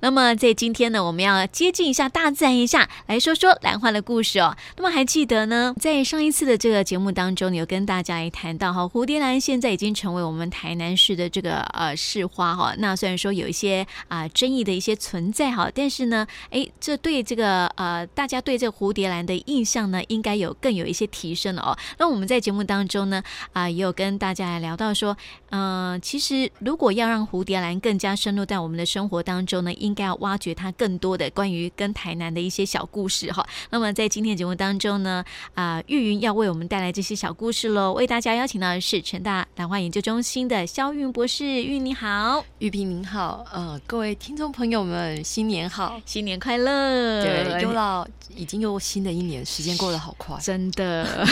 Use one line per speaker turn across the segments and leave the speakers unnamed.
那么在今天呢，我们要接近一下大自然一下，来说说兰花的故事哦。那么还记得呢，在上一次的这个节目当中，有跟大家也谈到哈，蝴蝶兰现在已经成为我们台南市的这个呃市花哈。那虽然说有一些啊、争议的一些存在哈，但是呢，哎，这对这个呃大家对这个蝴蝶兰的印象呢，应该有更有一些提升了哦。那我们在节目当中呢，啊、也有跟大家来聊到说，嗯、其实如果要让蝴蝶兰更加深入在我们的生活当中呢，应该要挖掘它更多的关于跟台南的一些小故事哈。那么在今天的节目当中呢，啊、玉云要为我们带来这些小故事喽。为大家邀请到的是成大兰花研究中心的肖韵博士，韵你好，
玉萍您好，呃，各位听众朋友们，新年好！
新年快乐！
对，又到已经又新的一年，时间过得好快。
真的，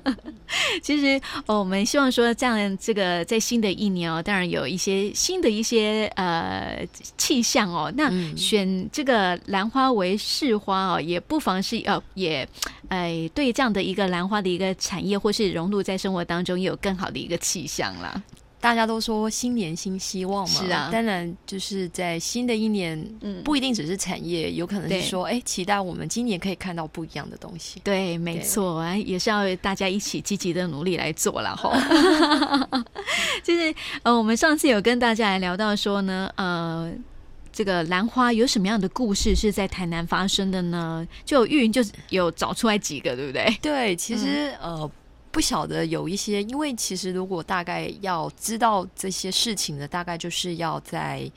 其实、哦、我们希望说，这样这个在新的一年哦，当然有一些新的一些呃气象哦。那
嗯
选这个兰花为市花哦，也不妨是呃也哎、对这样的一个兰花的一个产业，或是融入在生活当中，也有更好的一个气象啦。
大家都说新年新希望嘛，
是啊
当然就是在新的一年，
嗯，
不一定只是产业，有可能
对
是说，哎，期待我们今年可以看到不一样的东西。
对，没错，啊，也是要大家一起积极的努力来做了 哈。就是呃，我们上次有跟大家来聊到说呢，呃。这个兰花有什么样的故事是在台南发生的呢？就玉云就有找出来几个，对不对？
对，其实、呃。不晓得有一些，因为其实如果大概要知道这些事情的，大概就是要在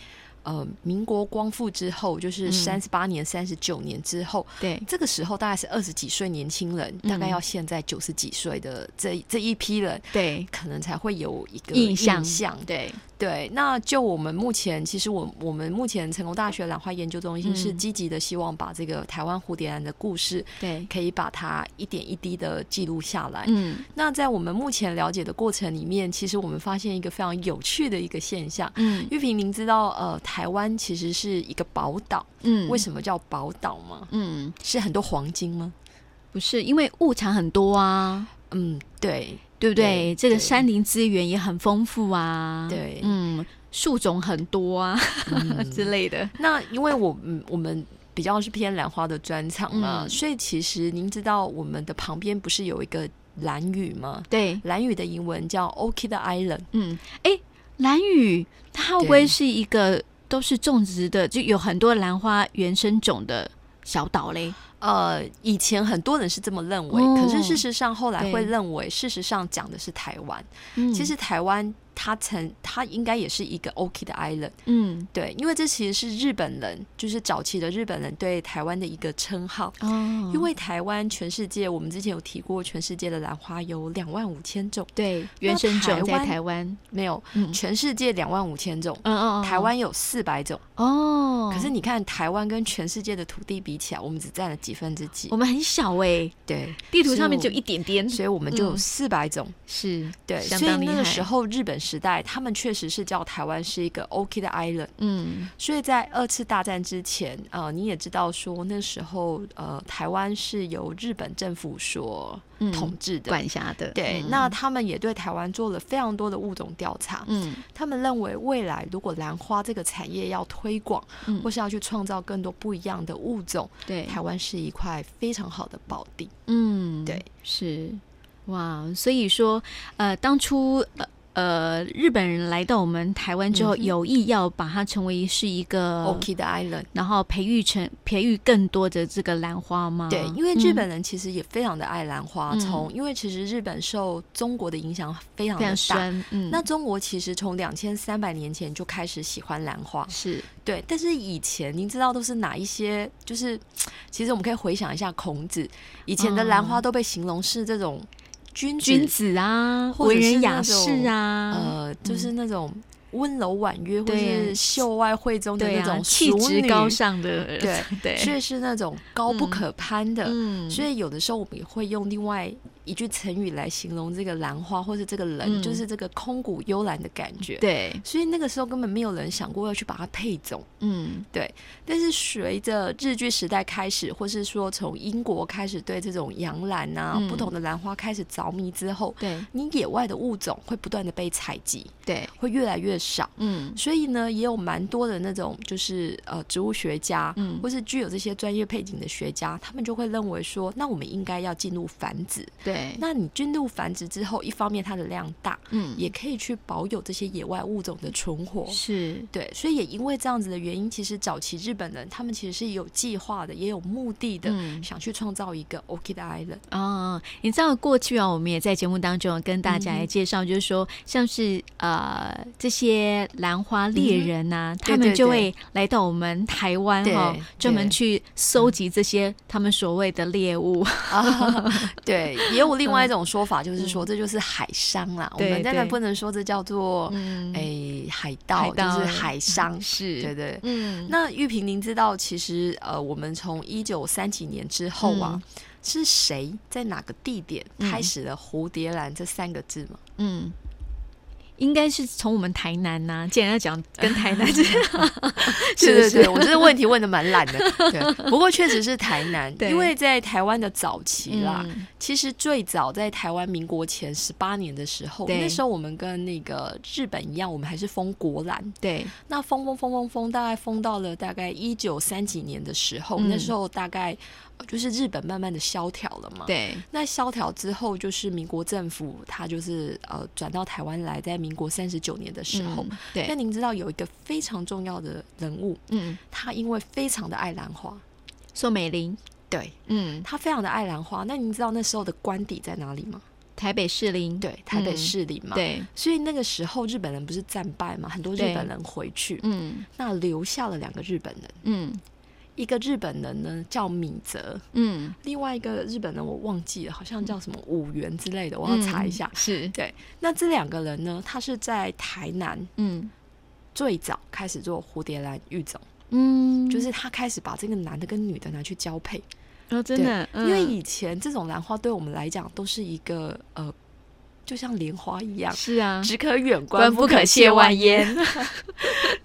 呃民国光复之后，就是
嗯
三十八年、三十九年之后，
对，
这个时候大概是二十几岁年轻人，
嗯
大概要现在九十几岁的这这一批人，
对，
可能才会有一个
印象
象。
对，
对，那就我们目前，其实我我们目前成功大学兰花研究中心是
嗯
积极的希望把这个台湾蝴蝶兰的故事，
对，
可以把它一点一滴的记录下来。
嗯
那在我们目前了解的过程里面，其实我们发现一个非常有趣的一个现象。
嗯
玉萍，您知道，呃，台湾其实是一个宝岛，
嗯，
为
么？
什么叫宝岛吗？
嗯，
是很多黄金吗？
不是因为物产很多啊，
嗯，对
对不对？
对
这个
对
山林资源也很丰富啊，
对嗯
嗯，树种很多啊、 之类的，
那因为我嗯我们比较是偏兰花的专场嘛，
嗯
所以其实您知道我们的旁边不是有一个兰屿吗？
对，
兰屿的英文叫 Orchid Island，
嗯，哎，兰屿它会不会
对
是一个都是种植的，就有很多兰花原生种的小岛嘞？
呃，以前很多人是这么认为，
哦
可是事实上后来
对
会认为，事实上讲的是台湾。
嗯
其实台湾它曾它应该也是一个 Orchid Island，
嗯，
对，因为这其实是日本人，就是早期的日本人对台湾的一个称号。
哦
因为台湾全世界，我们之前有提过，全世界的兰花有两万五千种，
对原生种
台
在
湾
台湾，
没有，
嗯
全世界两万五千种，
嗯嗯，嗯
台湾有四百种。
哦，
可是你看，台湾跟全世界的土地比起来，我们只占了几分之几
我。们很小哎，
对，
地图上面只
所
有
以
一点点
我，所以我们就有
嗯
四百种。
是
对，
相
所以
当厉
那
害
个。时候日本时代，他们确实是叫台湾是一个 OK 的 island。
嗯，
所以在二次大战之前，呃，你也知道说那时候呃，台湾是由日本政府所
嗯
统治的。
管辖的，
对，
嗯
那他们也对台湾做了非常多的物种调查。
嗯
他们认为，未来如果兰花这个产业要推广，
嗯
或是要去创造更多不一样的物种，
对，
台湾是一块非常好的宝地。
嗯，
对，
是，哇，所以说，呃，当初呃呃日本人来到我们台湾之后，
嗯哼哦
有意要把它成为是一个
OK 的 Island，、
然后培育成培育更多的这个兰花吗？
对，因为日
嗯
本人其实也非常的爱兰花，
嗯
从、因为其实日本受中国的影响非常
非常
的大。
深，嗯，
那中国其实从两千三百年前就开始喜欢兰花，
是
对。但是以前您知道都是哪一些？就是其实我们可以回想一下孔子，以前的兰花
哦
都被形容是这种君子
君子啊，
或者
文人
是
雅
那种
士啊，
呃，就是那种温柔婉约，或
对
是秀外慧中的
对
那
啊，
种
气
淑
质
女
高，尚的，
对
对，
却是那种高不
嗯
可攀的。
嗯，
所以有的时候我们也会用另外一句成语来形容这个兰花或是这个人，
嗯
就是这个空谷幽兰的感觉。
对，
所以那个时候根本没有人想过要去把它配种，
嗯
但是随着日据时代开始，或是说从英国开始对这种洋兰啊、
嗯
不同的兰花开始着迷之后，
对
你野外的物种会不断的被采集，
对，
会越来越少。
嗯
所以呢，也有蛮多的那种就是呃植物学家，
嗯
或是具有这些专业背景的学家，他们就会认为说，那我们应该要进入繁殖。
对，
那你进入繁殖之后，一方面它的量大，
嗯
也可以去保有这些野外物种的存活。
是
对，所以也因为这样子的原因，其实早期日本人他们其实是有计划的，也有目的的，
嗯
想去创造一个 Orchid Island。
哦，你知道过去啊，我们也在节目当中有跟大家来
嗯
介绍，就是说，像是呃这些兰花猎人呐、他
嗯对
们
对
就会来到我们台湾哈
对，
专门
对嗯
去搜集这些他们所谓的猎物。
啊，对，也有另外一种说法，就是说这就是海商啦。
嗯
我
对
们当然
对
不能说这叫做
嗯
诶海
海
盗，就
盗嗯
是海商。
是，
对对。
嗯，
那玉萍，您知道其实呃，我们从一九三几年之后啊，是谁在哪个地点
嗯
开始了“蝴蝶兰”这三个字吗？
嗯。应该是从我们台南呐、既然要 讲跟台南这样，是不
对对
是
对，我这个问题问的蛮懒 的。对，不过确实是台南，
对
因为在台湾的早期啦，
嗯
其实最早在台湾民国前十八年的时候，
对
那时候我们跟那个日本一样，我们还是封国兰。
对，
那封封封封封，大概封到了大概一九三几年的时候，
嗯
那时候大概呃就是日本慢慢的萧条了嘛。。
对，
那萧条之后，就是民国政府，它就是呃转到台湾来，在民国三十九年的时候。
嗯
那
对，
您知道有一个非常重要的人物，
嗯，
他因为非常的爱兰花，
宋美龄，
对
嗯，
他非常的爱兰花。那您知道那时候的官邸在哪里吗？
台北士林，
对，台北
嗯
市里嘛。。
对，
所以那个时候日本人不是战败嘛，很多日
对
本人回去，
嗯
那留下了两个日本人，
嗯
一个日本人呢叫米泽，
嗯，
另外一个日本人我忘记了，好像叫什么五元之类的，我要查一下。
嗯是，
那这两个人呢，他是在台南
嗯
最早开始做蝴蝶兰育种，
嗯，
就是他开始把这个男的跟女的拿去交配，
哦，真的，
因为
嗯
以前这种兰花对我们来讲都是一个呃，就像莲花一样。
是啊，
只可远观，
观
不可
亵
亵
玩
玩
焉
焉。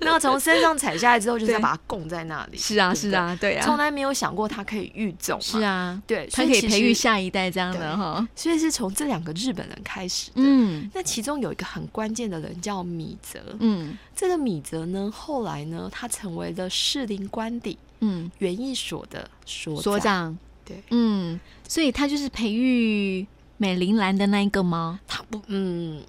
那从身上采下来之后，就是要
对
把它供在那里。
是啊
对不
是
对，
啊，对
从
啊，
来没有想过它可以育种嘛。
是啊，
对，
它
所
可以
其
培
实
育下一代这样的
对
哈，
所以是从这两个日本人开始的。
嗯
那其中有一个很关键的人叫米泽，
嗯
这个米泽呢，后来呢，他成为了士林官邸
嗯，
园艺所的所
所
长。
长，
对
嗯，所以他就是培育美玲兰的那一个吗？
他不，嗯，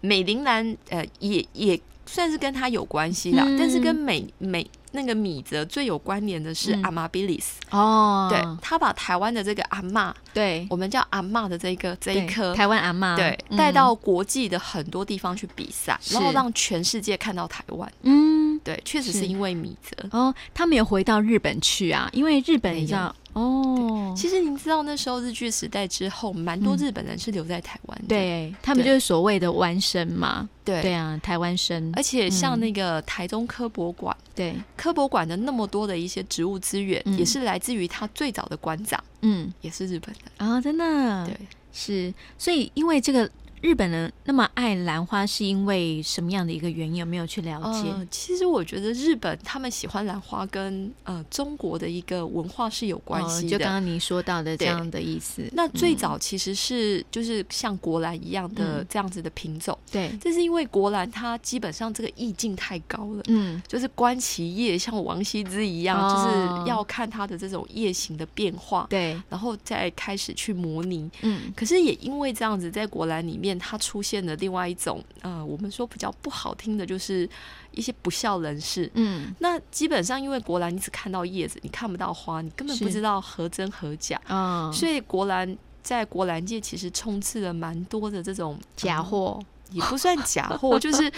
美玲兰，呃，也也算是跟他有关系啦，
嗯
但是跟美美那个米泽最有关联的是
嗯
阿玛比利斯，
哦，
对他把台湾的这个阿嬷，
对
我们叫阿嬷的这个这
对
一颗。
台湾阿嬷，
对，
嗯
带到国际的很多地方去比赛，
是
然后让全世界看到台湾。
嗯。
对，确实
是
是因为米泽。
哦，他们有回到日本去啊，因为日本
没
你知
有
道哦，
其实您知道那时候日据时代之后，蛮多
嗯
日本人是留在台湾的。
对他们
对
就是所谓的湾生嘛，
对哎
对啊，台湾生，
而且像
嗯
那个台中科博馆，
对，
科博馆的那么多的一些植物资源，
嗯
也是来自于他最早的馆长，
嗯，
也是日本人。
啊、真的，
对，
是，所以因为这个日本人那么爱兰花，是因为什么样的一个原因？有没有去了解？
呃，其实我觉得日本他们喜欢兰花跟呃中国的一个文化是有关
哦
系
就
的。
刚嗯刚你说到的这
对
样的意思。
那最早其实是就是像国兰一样的
嗯
这样子的品种，
对，
这是因为国兰它基本上这个意境太高了。
嗯，
就是观其叶，像王羲之一样，
哦
就是要看它的这种叶形的变化，
对，
然后再开始去模拟。
嗯，
可是也因为这样子，在果篮里面，它出现了另外一种，呃，我们说比较不好听的，就是一些不孝人士。
嗯，
那基本上，因为果篮你只看到叶子，你看不到花，你根本
是
不知道何真何假，
哦，
所以果篮在果篮界其实充斥了蛮多的这种
假
嗯
货，
也不算假货，就是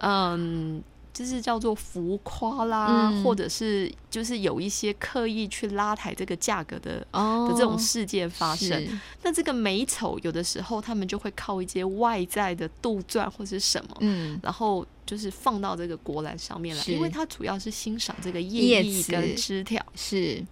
嗯，就是叫做浮夸啦，
嗯
或者是就是有一些刻意去拉抬这个价格的。
哦
的这种事件发生，
是
那这个美丑有的时候他们就会靠一些外在的杜撰或是什么，
嗯，
然后就是放到这个国篮上面来，
是
因为它主要是欣赏这个
叶
叶翼
子
跟枝条，
是，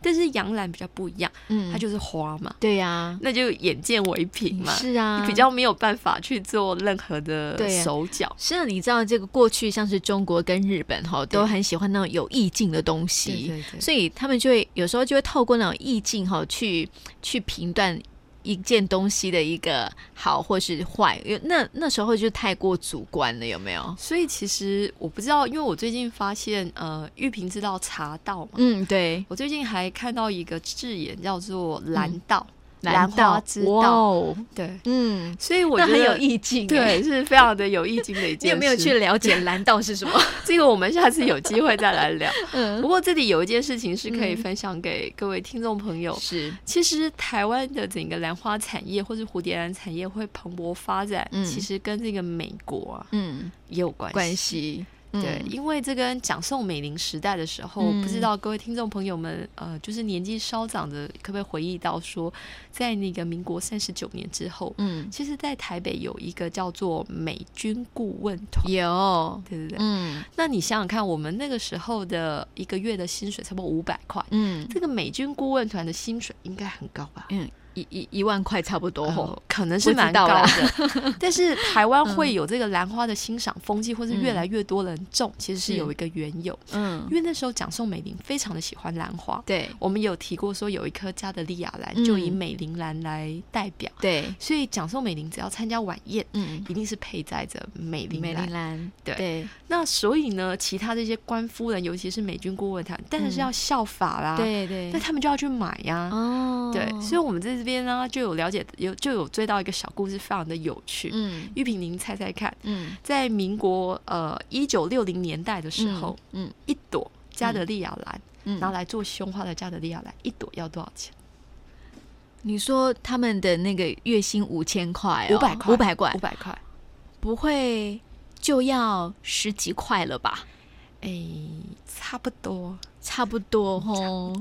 但是洋兰比较不一样，
嗯，
它就是花嘛，
对呀，
那就眼见为凭嘛，
是啊，
你比较没有办法去做任何的
对啊
手脚。
是啊，你知道这个过去像是中国跟日本哈，
对
都很喜欢那种有意境的东西，
对对
所以他们就会有时候就会透过那种意境哈，去去评断一件东西的一个好或是坏。因为那那时候就太过主观了，有没有？
所以其实我不知道，因为我最近发现，呃，玉萍知道茶道嘛，
嗯，对，
我最近还看到一个字眼叫做兰道，
蓝嗯道
花之
哇
道，
哦，
对，
嗯，
所以我
那
觉
很有
得。
意境，哎。
对，是非常的有意境的一件事。
你有没有去了解蓝道是什么？
这个我们下次有机会再来聊。
嗯，
不过这里有一件事情是可以
嗯
分享给各位听众朋友。
是，
其实台湾的整个兰花产业或是蝴蝶兰产业会蓬勃发展，
嗯
其实跟这个美国啊
嗯，
也有关系。
关系，
对，因为这跟蒋宋美龄时代的时候，
嗯
不知道各位听众朋友们，呃，就是年纪稍长的，可不可以回忆到说，在那个民国三十九年之后，
嗯，
其实，在台北有一个叫做美军顾问团，
嗯，有，
对对对，
嗯
那你想想看，我们那个时候的一个月的薪水差不多五百块，
嗯
这个美军顾问团的薪水应该很高吧？
嗯，一一一万块差不多吼，
哦，可能是
不知
蛮
道
高
啦嗯
的，但是台湾会有这个兰花的欣赏风气，或是越来越多人种，其实是
嗯是
有一个缘由，
嗯
因，为那时候蒋宋美龄非常的喜欢兰花，
对
我们有提过说有一颗加德利亚
嗯
兰就以美龄兰来代表，
对，
所以蒋宋美龄只要参加晚宴，
嗯，
一定是佩戴着美龄
美
兰
玲。兰，
对
对
那所以呢，其他这些官夫人，尤其是美军顾问团，当然是
嗯
要效法啦。，
对对
那，他们就要去买呀、
哦，
啊对，所以我们在这边呢，就有了解，有就有追到一个小故事，非常的有趣。
嗯
玉萍，您猜猜看，
嗯，
在民国呃一九六零年代的时候，
嗯，
一朵加德利亚兰、
嗯
拿
嗯，
来做胸花的加德利亚兰，一朵要多少钱？
你说他们的那个月薪五千块哦，
500块
五百块
五，百块。
不会就要十几块了吧？
哎，差不多。
差不多吼，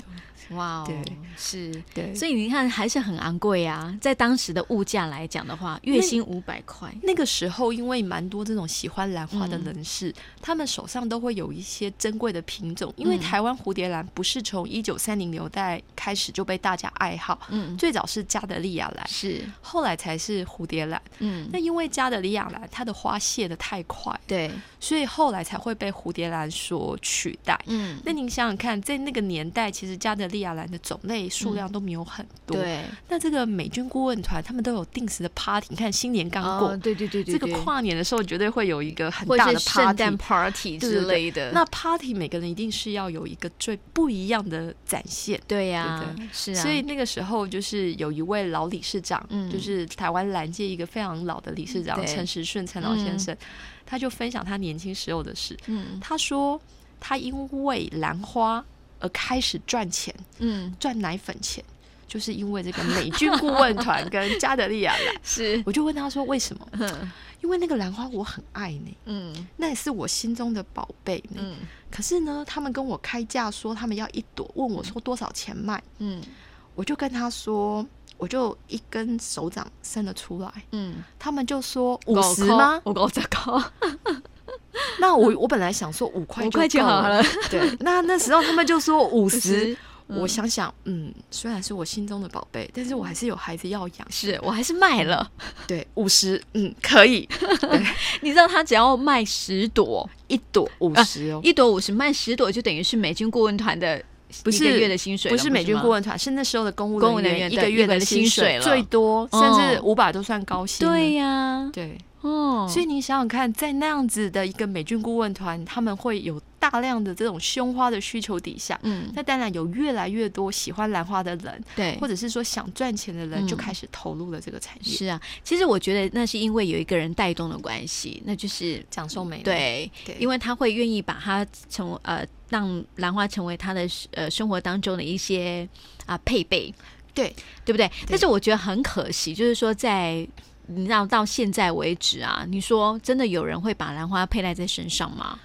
哇哦，
对
是。
对，
所以你看，还是很昂贵啊。在当时的物价来讲的话，月薪五百块，
那个时候，因为蛮多这种喜欢兰花的
嗯
人士，他们手上都会有一些珍贵的品种。因为
嗯
台湾蝴蝶兰不是从一九三零年代开始就被大家爱好，
嗯，
最早是加德利亚兰，
是，
后来才是蝴蝶兰。
嗯
那，因为加德利亚兰它的花谢得太快，
对，
所以后来才会被蝴蝶兰所取代。
嗯，
那您想想看，在那个年代，其实加德利亚兰的种类数量都没有很多。
嗯对，
那这个美军顾问团他们都有定时的 party，你看新年刚过，
哦对对对对，
这个
对
跨年的时候绝对会有一个很
或
大
者
的
是圣
party
诞。party 之
对对对
类的。
那 party 每个人一定是要有一个最不一样的展现。
对呀、
对不
是啊，
所以那个时候，就是有一位老理事长，
嗯
就是台湾蓝界一个非常老的理事长
对
陈时顺陈老先生，他就分享他年轻时候的事。
嗯
他说，他因为兰花而开始赚钱，
嗯
赚奶粉钱，就是因为这个美军顾问团跟加德利亚兰。
是，
我就问他说为什么？
嗯
因为那个兰花我很爱呢。
嗯
那也是我心中的宝贝呢。
嗯
可是呢，他们跟我开价说他们要一朵，问我说多少钱卖，
嗯
我就跟他说，我就一根手掌伸了出来。
嗯，
他们就说五十吗？
我搞这高，
那我我本来想说五块
五块就
够
好了。
对，那那时候他们就说五 十
是。
我想想，嗯，虽然是我心中的宝贝，但是我还是有孩子要养。
是我还是卖了。
对，五十，嗯，可以，
你知道他只要卖十朵，
一朵五十哦，
一朵五十，卖十朵就等于是美军顾问团的
不
一
是
个月的薪水了，
不是美军
吗
顾，问团，是那时候的公务
公务人
人
员
一
的
个
一
月
个
的
薪
薪
水了
最多，甚至
哦
五百都算高薪了。
对呀、
对，
哦，
嗯所
以
以你想想看，在那样子的一个美军顾问团，他们会有大量的这种胸花的需求底下，
嗯，
那当然有越来越多喜欢兰花的人，
对
或。者是说想赚钱的人，
嗯
就开始投入了这个产业。
是啊，其实我觉得那是因为有一个人带动的关系，那就是
蒋宋美龄，
对，
对，
因
为
为他会愿意把它成呃，让兰花成为他的呃生活当中的一些啊、配备，
对
对不对？但是我觉得很可惜，就是说在你知道到现在为止啊，你说真的有人会把兰花佩戴在身上吗？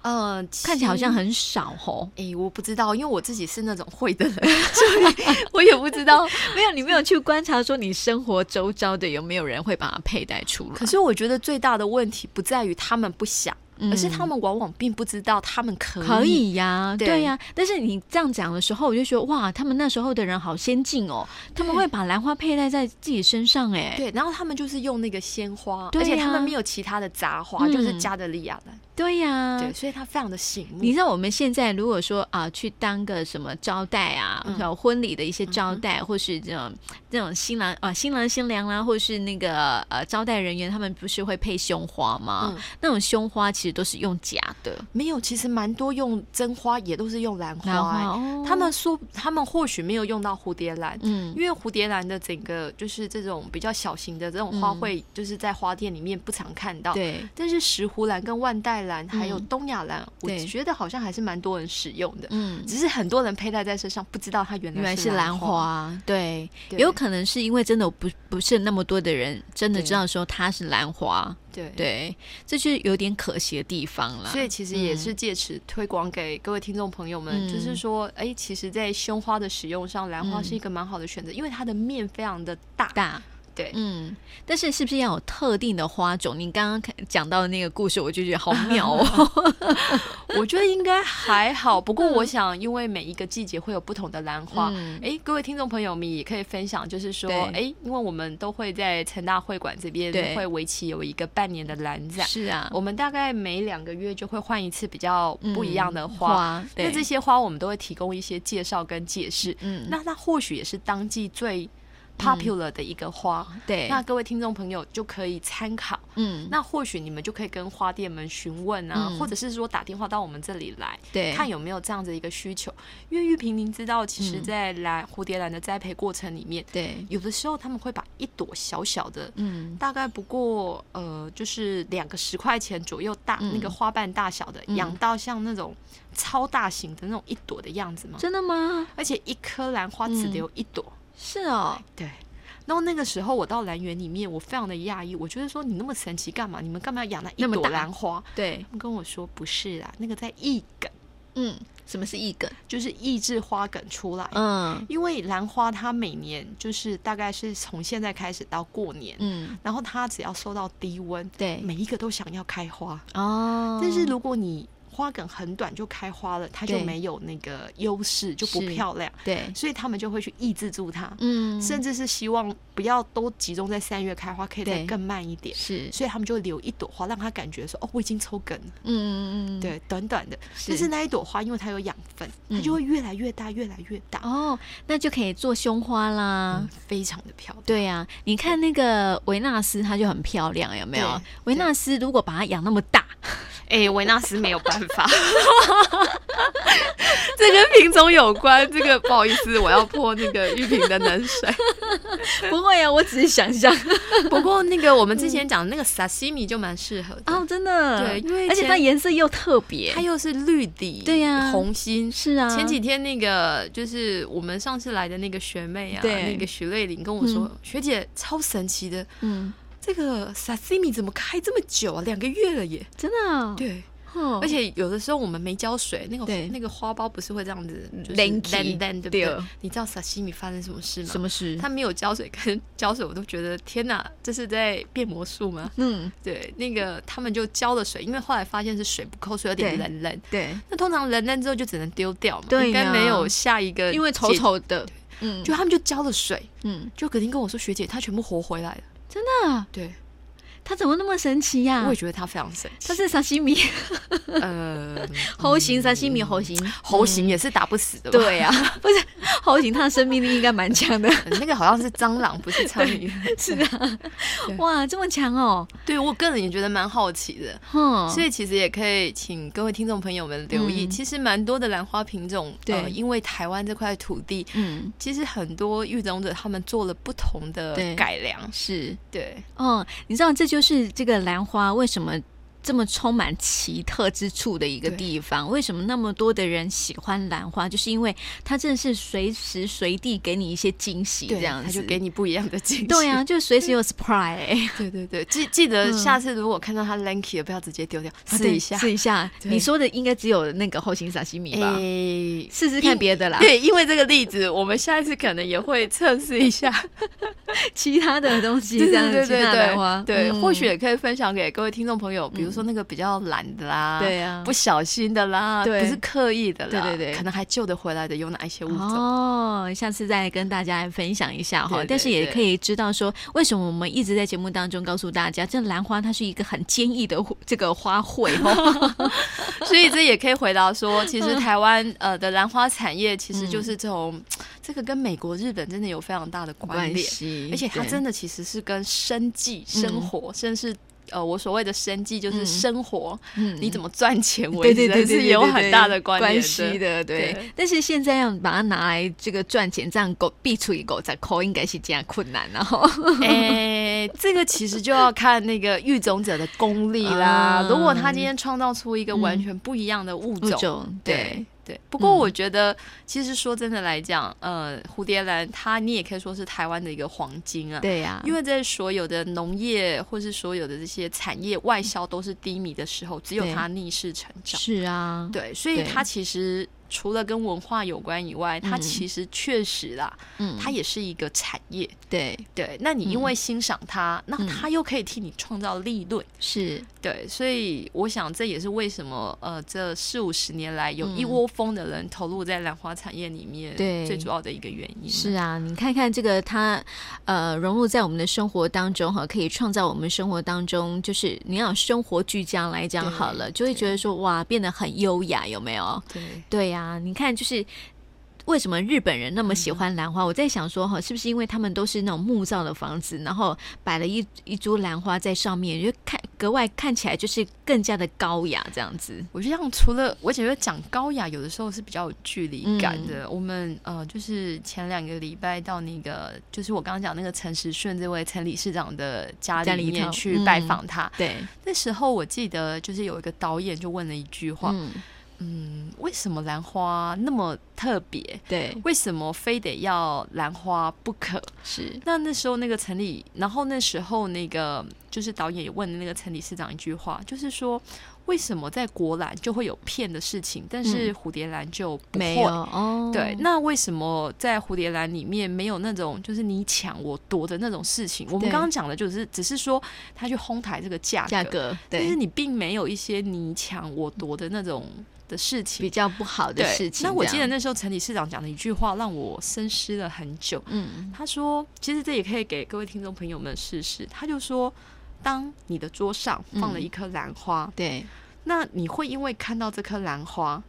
呃，
看起来好像
其
很少 哦。
诶、我不知道，因为我自己是那种会的人，所以我也不知道。
没有，你没有去观察说你生活周遭的有没有人会把它佩戴出来？
可是我觉得最大的问题不在于他们不想，
嗯
而是他们往往并不知道他们可以。
可以呀、
对
对呀、但是你这样讲的时候，我就觉得哇，他们那时候的人好先进哦，他们
对
会把兰花佩戴在自己身上哎、
对，然后他们就是用那个鲜花，
对
而且他
呀
们没有其他的杂花，就是
嗯
加德利亚兰，
对呀、
对，所以它非常的醒目。
你知道我们现在如果说啊，去当个什么招待啊，
嗯
然后婚礼的一些招待，或是这种这种新郎啊、新郎新娘啦、或是那个呃招待人员，他们不是会配胸花吗？
嗯
那种胸花其实都是用假的
没有，其实蛮多用真花，也都是用兰花、
兰花，
欸
哦
他们说，他们或许没有用到蝴蝶兰，
嗯
因为蝴蝶兰的整个就是这种比较小型的这种花卉，就是在花店里面不常看到。
嗯对
但是石斛兰跟万代兰还有
嗯
东亚兰，我
对
觉得好像还是蛮多人使用的，
嗯。
只是很多人佩戴在身上，不知道它原
原
来
来是
兰
兰。花，对，
对
有可能是因为真的不不是那么多的人真的
对
知道说它是兰花，
对
对，这就是有点可惜的地方了。
所以其实也
嗯
是借此推广给各位听众朋友们，
嗯
就是说，哎、其实，在胸花的使用上，兰花
嗯
是一个蛮好的选择，因为它的面非常的大。
大，
对
嗯，但是是不是要有特定的花种？你刚刚看讲到的那个故事，我就觉得好妙哦。
我觉得应该还 好，不过我想，因为每一个季节会有不同的兰花。
嗯
哎，各位听众朋友们也可以分享，就是说，
对
哎，因为我们都会在成大会馆这边
对
会为期有一个半年的兰展，
是啊，
我们大概每两个月就会换一次比较
嗯
不一样的花。
花，
那
对，
这些花我们都会提供一些介绍跟解释。
嗯，
那它或许也是当季最 popular 的一个花，
嗯对，
那各位听众朋友就可以参考。
嗯，
那或许你们就可以跟花店们询问啊，
嗯
或者是说打电话到我们这里来，
对，
看有没有这样的一个需求。因为玉萍，您知道，其实，
嗯
在兰蝴蝶兰的栽培过程里面，
对，
有的时候他们会把一朵小小的。
嗯，
大概不过呃，就是两个十块钱左右大、
嗯
那个花瓣大小的，
嗯
养到像那种超大型的那种一朵的样子嘛。
真的吗？
而且一颗兰花只
嗯
留一朵，
是哦，
对。然后那个时候我到兰园里面，我非常的讶异，我觉得说你那么神奇干嘛？你们干嘛要养那一
那么
朵
大
兰花？
对，
他们跟我说不是啦，那个在异梗，
嗯，什么是一梗？
就是抑制花梗出来。
嗯
因为兰花它每年就是大概是从现在开始到过年，
嗯，
然后它只要受到低温，
对，
每一个都想要开花。
哦，
但是如果你花梗很短就开花了，它就
对
没有那个优势，就不
是
漂亮，
对，
所以他们就会去抑制住它。
嗯，
甚至是希望不要都集中在三月开花，可以再
对
更慢一点。
是，
所以他们就留一朵花，让他感觉说哦，我已经抽梗了，
嗯嗯嗯，嗯，
对，短短的。但是那一朵花，因为它有养分，
嗯
它就会越来越大，越来越大，
哦，那就可以做胸花啦。
嗯非常的漂亮。
对呀、你看那个维纳斯，她就很漂亮，有没有
对？
维纳斯如果把它养那么大，
哎、维纳斯没有办法， 这跟品种有关。这个不好意思，我要泼那个玉萍的冷水。
不会啊，我只是想象
不过那个我们之前讲的那个沙西米就蛮适合的，
哦，真的，
对因为
而且它
前
颜色又特别
它，又是绿底，
对呀
红心，
是啊，
前几天那个就是我们上次来的那个学妹啊，
对
那个徐瑞玲跟我说，学姐超神奇的，
嗯，
这个 sashimi 怎么开这么久啊？两个月了耶！
真的啊、
对，
哼，
而且有的时候我们没浇水，那个
对
那个花苞不是会这样子，就是
冷
冷
起
冷，对不对
对？
你知道 sashimi 发生什么事吗？
什么事？
它没有浇水跟浇水，我都觉得天哪，这是在变魔术吗？
嗯，
对，那个他们就浇了水，因为后来发现是水不够，所以有点
对
冷冷。
对，
那通常冷冷之后就只能丢掉嘛，
嗯对
应该
呀
没有下一个，
因为丑，丑的，嗯，
呃就他们就浇了水，
嗯，
就肯定跟我说学姐她全部活回来了。
真的啊，
对，
它怎么那么神奇呀、
我也觉得她嗯非 常神奇。
它是沙西米
呃，
猴形，沙西米猴 形，
猴形也是打不死的吧，
对呀、不是猴形，它的生命力应该蛮强的，
那个好像是蟑螂，不是苍蝇。
是啊， 哇，这么强哦，
对我个人也觉得蛮好奇的。
哼，
所以其实也可以请各位听众朋友们留意，
嗯
其实蛮多的兰花品种，呃，
对
因为台湾这块土地，
嗯，
其实很多育种者他们做了不同的
对
改良，
是。
对，
哦，你知道这就是这个兰花为什么这么充满奇特之处的一个
对
地方。为什么那么多的人喜欢兰花？就是因为它真的是随时随地给你一些惊喜，这
对，
样
他
子。
就给你不嗯一样的惊喜。
对啊，就随时有 surprise，欸
对对对，记记得
嗯
下次如果看到它 lanky 的，不要直接丢掉，
啊
试
对
一下。
试一下。
对
你说的应该只有那个后勤沙西米吧？
诶
试试看别的啦，
对，因为这个例子，我们下一次可能也会测试一下
其他的东西
对
这
对
样
对
子，
对
其他的兰花
对，对，
嗯
或许也可以分享给各位听众朋友，比如说那个比较懒的啦，
对啊
不小心的啦，
对
不是刻意的啦，
对对对
可能还救得回来的有哪一些物种？
哦，下次再跟大家来分享一下哈
对。对
但是也
对
可以知道说，为什么我们一直在节目当中告诉大家，这兰花它是一个很坚毅的这个花 卉哦。
所以这也可以回答说，其 实台湾呃的兰花产业其
嗯
实就是这种，这个跟美国、日本真的有非常大的关联。
系
而且它真的其实是跟生计、生活，甚至呃，我所谓的生计就是
嗯
生活，
嗯
你怎么赚钱为
对
生，
对对对对
是有很大的
关
关联
系的，
的。
对
对。
但是现在要把它拿来这个赚钱，这样狗必出一狗在扣，应该是这样困难啊然后。
哎、这个其实就要看那个育种者的功力啦。
嗯
如果他今天创造出一个完全不一样的物种，
种
对
对，
对。不过
嗯
我觉得，其实说真的来讲，呃，蝴蝶兰它你也可以说是台湾的一个黄金啊。
对呀，
因
为
为在所有的农业或是所有的这些产业外销都是低迷的时候，只有
对
它逆势成长。
是啊，
对，所以
对
它其实除了跟文化有关以外，它
嗯
其实确实啦，
嗯，
它也是一个产业。
对
对，那你因为欣赏它，那
嗯
它又可以替你创造利润。
是，
对，所以我想这也是为什么呃，这四五十年来有一
嗯
窝蜂的人投入在兰花产业里面，
对
最主要的一个原因
是啊，你看看这个它，呃，融入在我们的生活当中哈，可以创造我们生活当中，就是你要有生活居家来讲
对
好了，就会
对
觉得说哇，变得很优雅，有没有？
对。
对呀、你看就是。为什么日本人那么
嗯
喜欢兰花？我在想说哈，是不是因为他们都是那种木造的房子，然后摆了一一株兰花在上面，就看格外看起来就是更加的高雅这样子。
我就像除了我觉得讲高雅，有的时候是比较有距离感的。我们呃，就是前两个礼拜到那个，就是我刚刚讲那个陈时顺这位陈理事长的家
家
里
里
面
头
去
嗯
拜访他。
对，
那时候我记得就是有一个导演就问了一句话，
嗯，
嗯，为什么兰花那么特别？
对，
为什么非得要兰花不可？
是，
那那时候那个陈理，然后那时候那个就是导演也问那个陈理事长一句话，就是说为什么在国兰就会有骗的事情，但是蝴蝶兰就
嗯
不
没
会？
有哦，
对，那为什么在蝴蝶兰里面没有那种就是你抢我夺的那种事情？我们
对
刚刚讲的就是只是说他去哄抬这个价格，
价格
但是
对
你并没有一些你抢我夺的那种的事情
比。较不好的
对
事情这
那
样。
我记得那时候陈理事长讲的一句话让我深思了很久。
嗯，
他说，其实这也可以给各位听众朋友们试试。他就说，当你的桌上放
嗯
了一颗兰花，
对，
那你会因为看到这颗兰花，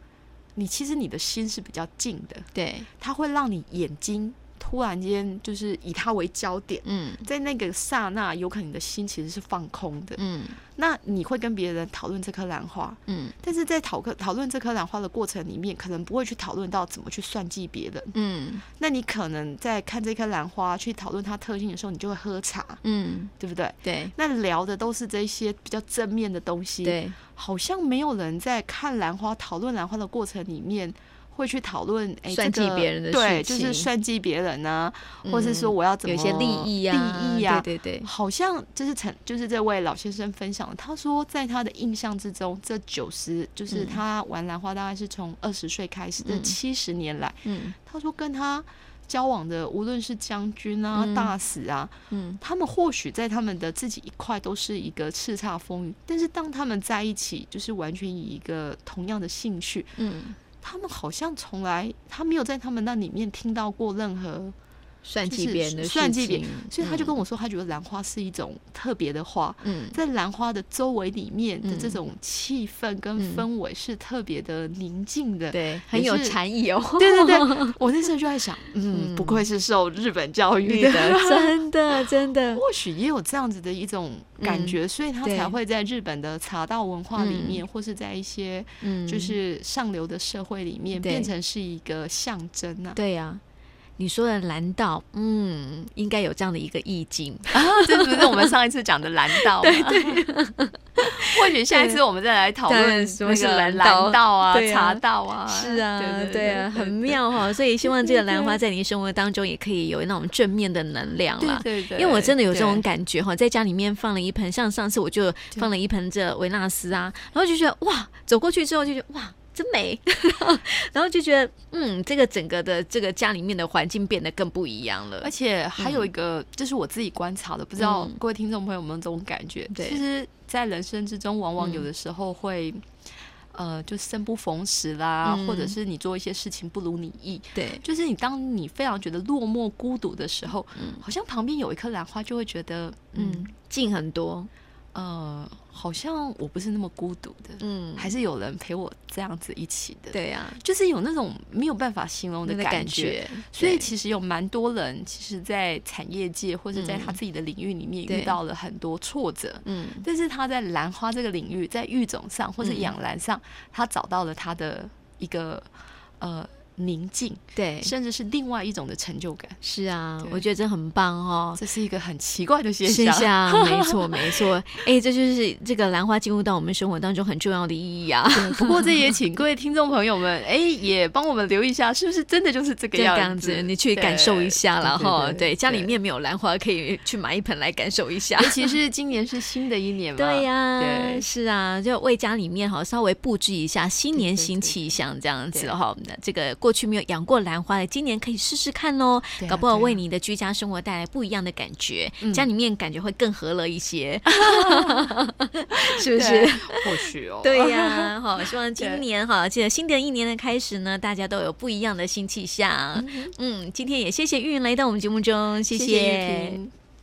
你其实你的心是比较静的，
对，
它会让你眼睛突然间就是以它为焦点。
嗯
在那个刹那，有可能你的心其实是放空的。
嗯
那你会跟别人讨论这颗兰花，
嗯
但是在讨论讨论这颗兰花的过程里面，可能不会去讨论到怎么去算计别人。
嗯
那你可能在看这颗兰花去讨论它特性的时候，你就会喝茶，
嗯，
对不对？
对
那聊的都是这些比较正面的东西，，
对，
好像没有人在看兰花、讨论兰花的过程里面会去讨论，哎，
算计
这个
别人的
对，
事情
就是算计别人呢、或是
嗯
说我要怎么
有一些利益呀、
利益啊呀、
对对对，
好像就是陈，就是这位老先生分享的，他说在他的印象之中，这九十就是
嗯
他玩兰花大概是从二十岁开始，这
嗯
七十年来，
嗯
他说跟他交往的无论是将军啊、
嗯
大使啊，
嗯
他们或许在他们的自己一块都是一个叱咤风云，但是当他们在一起，就是完全以一个同样的兴趣，
嗯，
他们好像从来他没有在他们那里面听到过任何，
算
就
计
是
别人的事情，
算计别所以他就跟
我
我说，他觉得兰花是一种特别的花。
嗯
在兰花的周围里面的
嗯
这种气氛
嗯
跟氛围是特别的宁静的，
对，很有
是
禅意哦，
对 对对，我那时候就在想，嗯，
嗯
不愧是受日本教育
对啊
的，
的，真的真 的，
或许也有这样子的一种感觉，所以他
嗯对
才会在日本的茶道文化里面，或是在一些
嗯，
就是上流的社会里面，
对
变成是一个象征啊。
对呀、你说的蓝道，嗯，应该有这样的一个意境。
啊， 这不是我们上一次讲的蓝道吗？
对，
或许下一次我们再来讨
对
论
说是
那个
蓝道
蓝道啊、
对啊
茶道啊，
是啊，
对对
对 啊，很妙哈、所以希望这个兰花在你生活当中也可以有那种正面的能量
对
啦。
对对，
啊因为我真的有这种
对
感觉哈，在家里面放了一盆，像上次我就放了一盆这维纳斯啊，然后就觉得哇，走过去之后就觉得哇，真美， 然后就觉得嗯，这个整个的这个家里面的环境变得更不一样了
而。且还
嗯
有一个，这是我自己观察的，不知道各位听众朋友有没有这种感觉？
对
其实，在人生之中，往往
嗯
有的时候会，呃，就生不逢时啦，
嗯
或者是你做一些事情不如你意。
对，
就是你当你非常觉得落寞孤独的时候，好像旁边有一棵兰花，就会觉得，嗯
嗯，近很多，
呃，好像我不是那么孤独的，
嗯，
还是有人陪我这样子一起的。，
对啊，
就是有那种没有办法形容
那
的
个
感
感
觉。
觉，
所以
对
其实有蛮多人，其实，在产业界或者在
嗯
他自己的领域里面
对
遇到了很多挫折，
嗯，
但是他在兰花这个领域，在育种上或者
嗯
养兰上，他找到了他的一个呃宁静，
对，
甚至是另外一种的成就感。
是啊，
对
我觉得这很棒哦。啊
这是一个很奇怪的现
现
象，
象， 没错没错，哎、这就是这个兰花进入到我们生活当中很重要的意 义啊。
对不过这也请各位听众朋友 们，哎，也帮我们留意一下，是不是真的就是这个
这样
样
子， 你去感受一下了哈。对，家里。
对对对对
面没有兰花，可以去买一盆来感受一下
尤。其是今年是新的一年 嘛，
对呀、
对
是啊，就为家里面哈稍微布置一下，新年新气象这样子
对
哈。那这个过去没有养过兰花的，今年可以试试看哦，
对啊
搞不好
对啊
为你的居家生活带来不一样的感觉，
嗯
家里面感觉会更和乐一些，是不是
对？或许哦，
对呀、 好，希望今
对
年哈，记得新的一年的开始呢，大家都有不嗯一样的新气象。嗯今天也谢谢玉云来到我们节目中，谢
谢谢玉婷。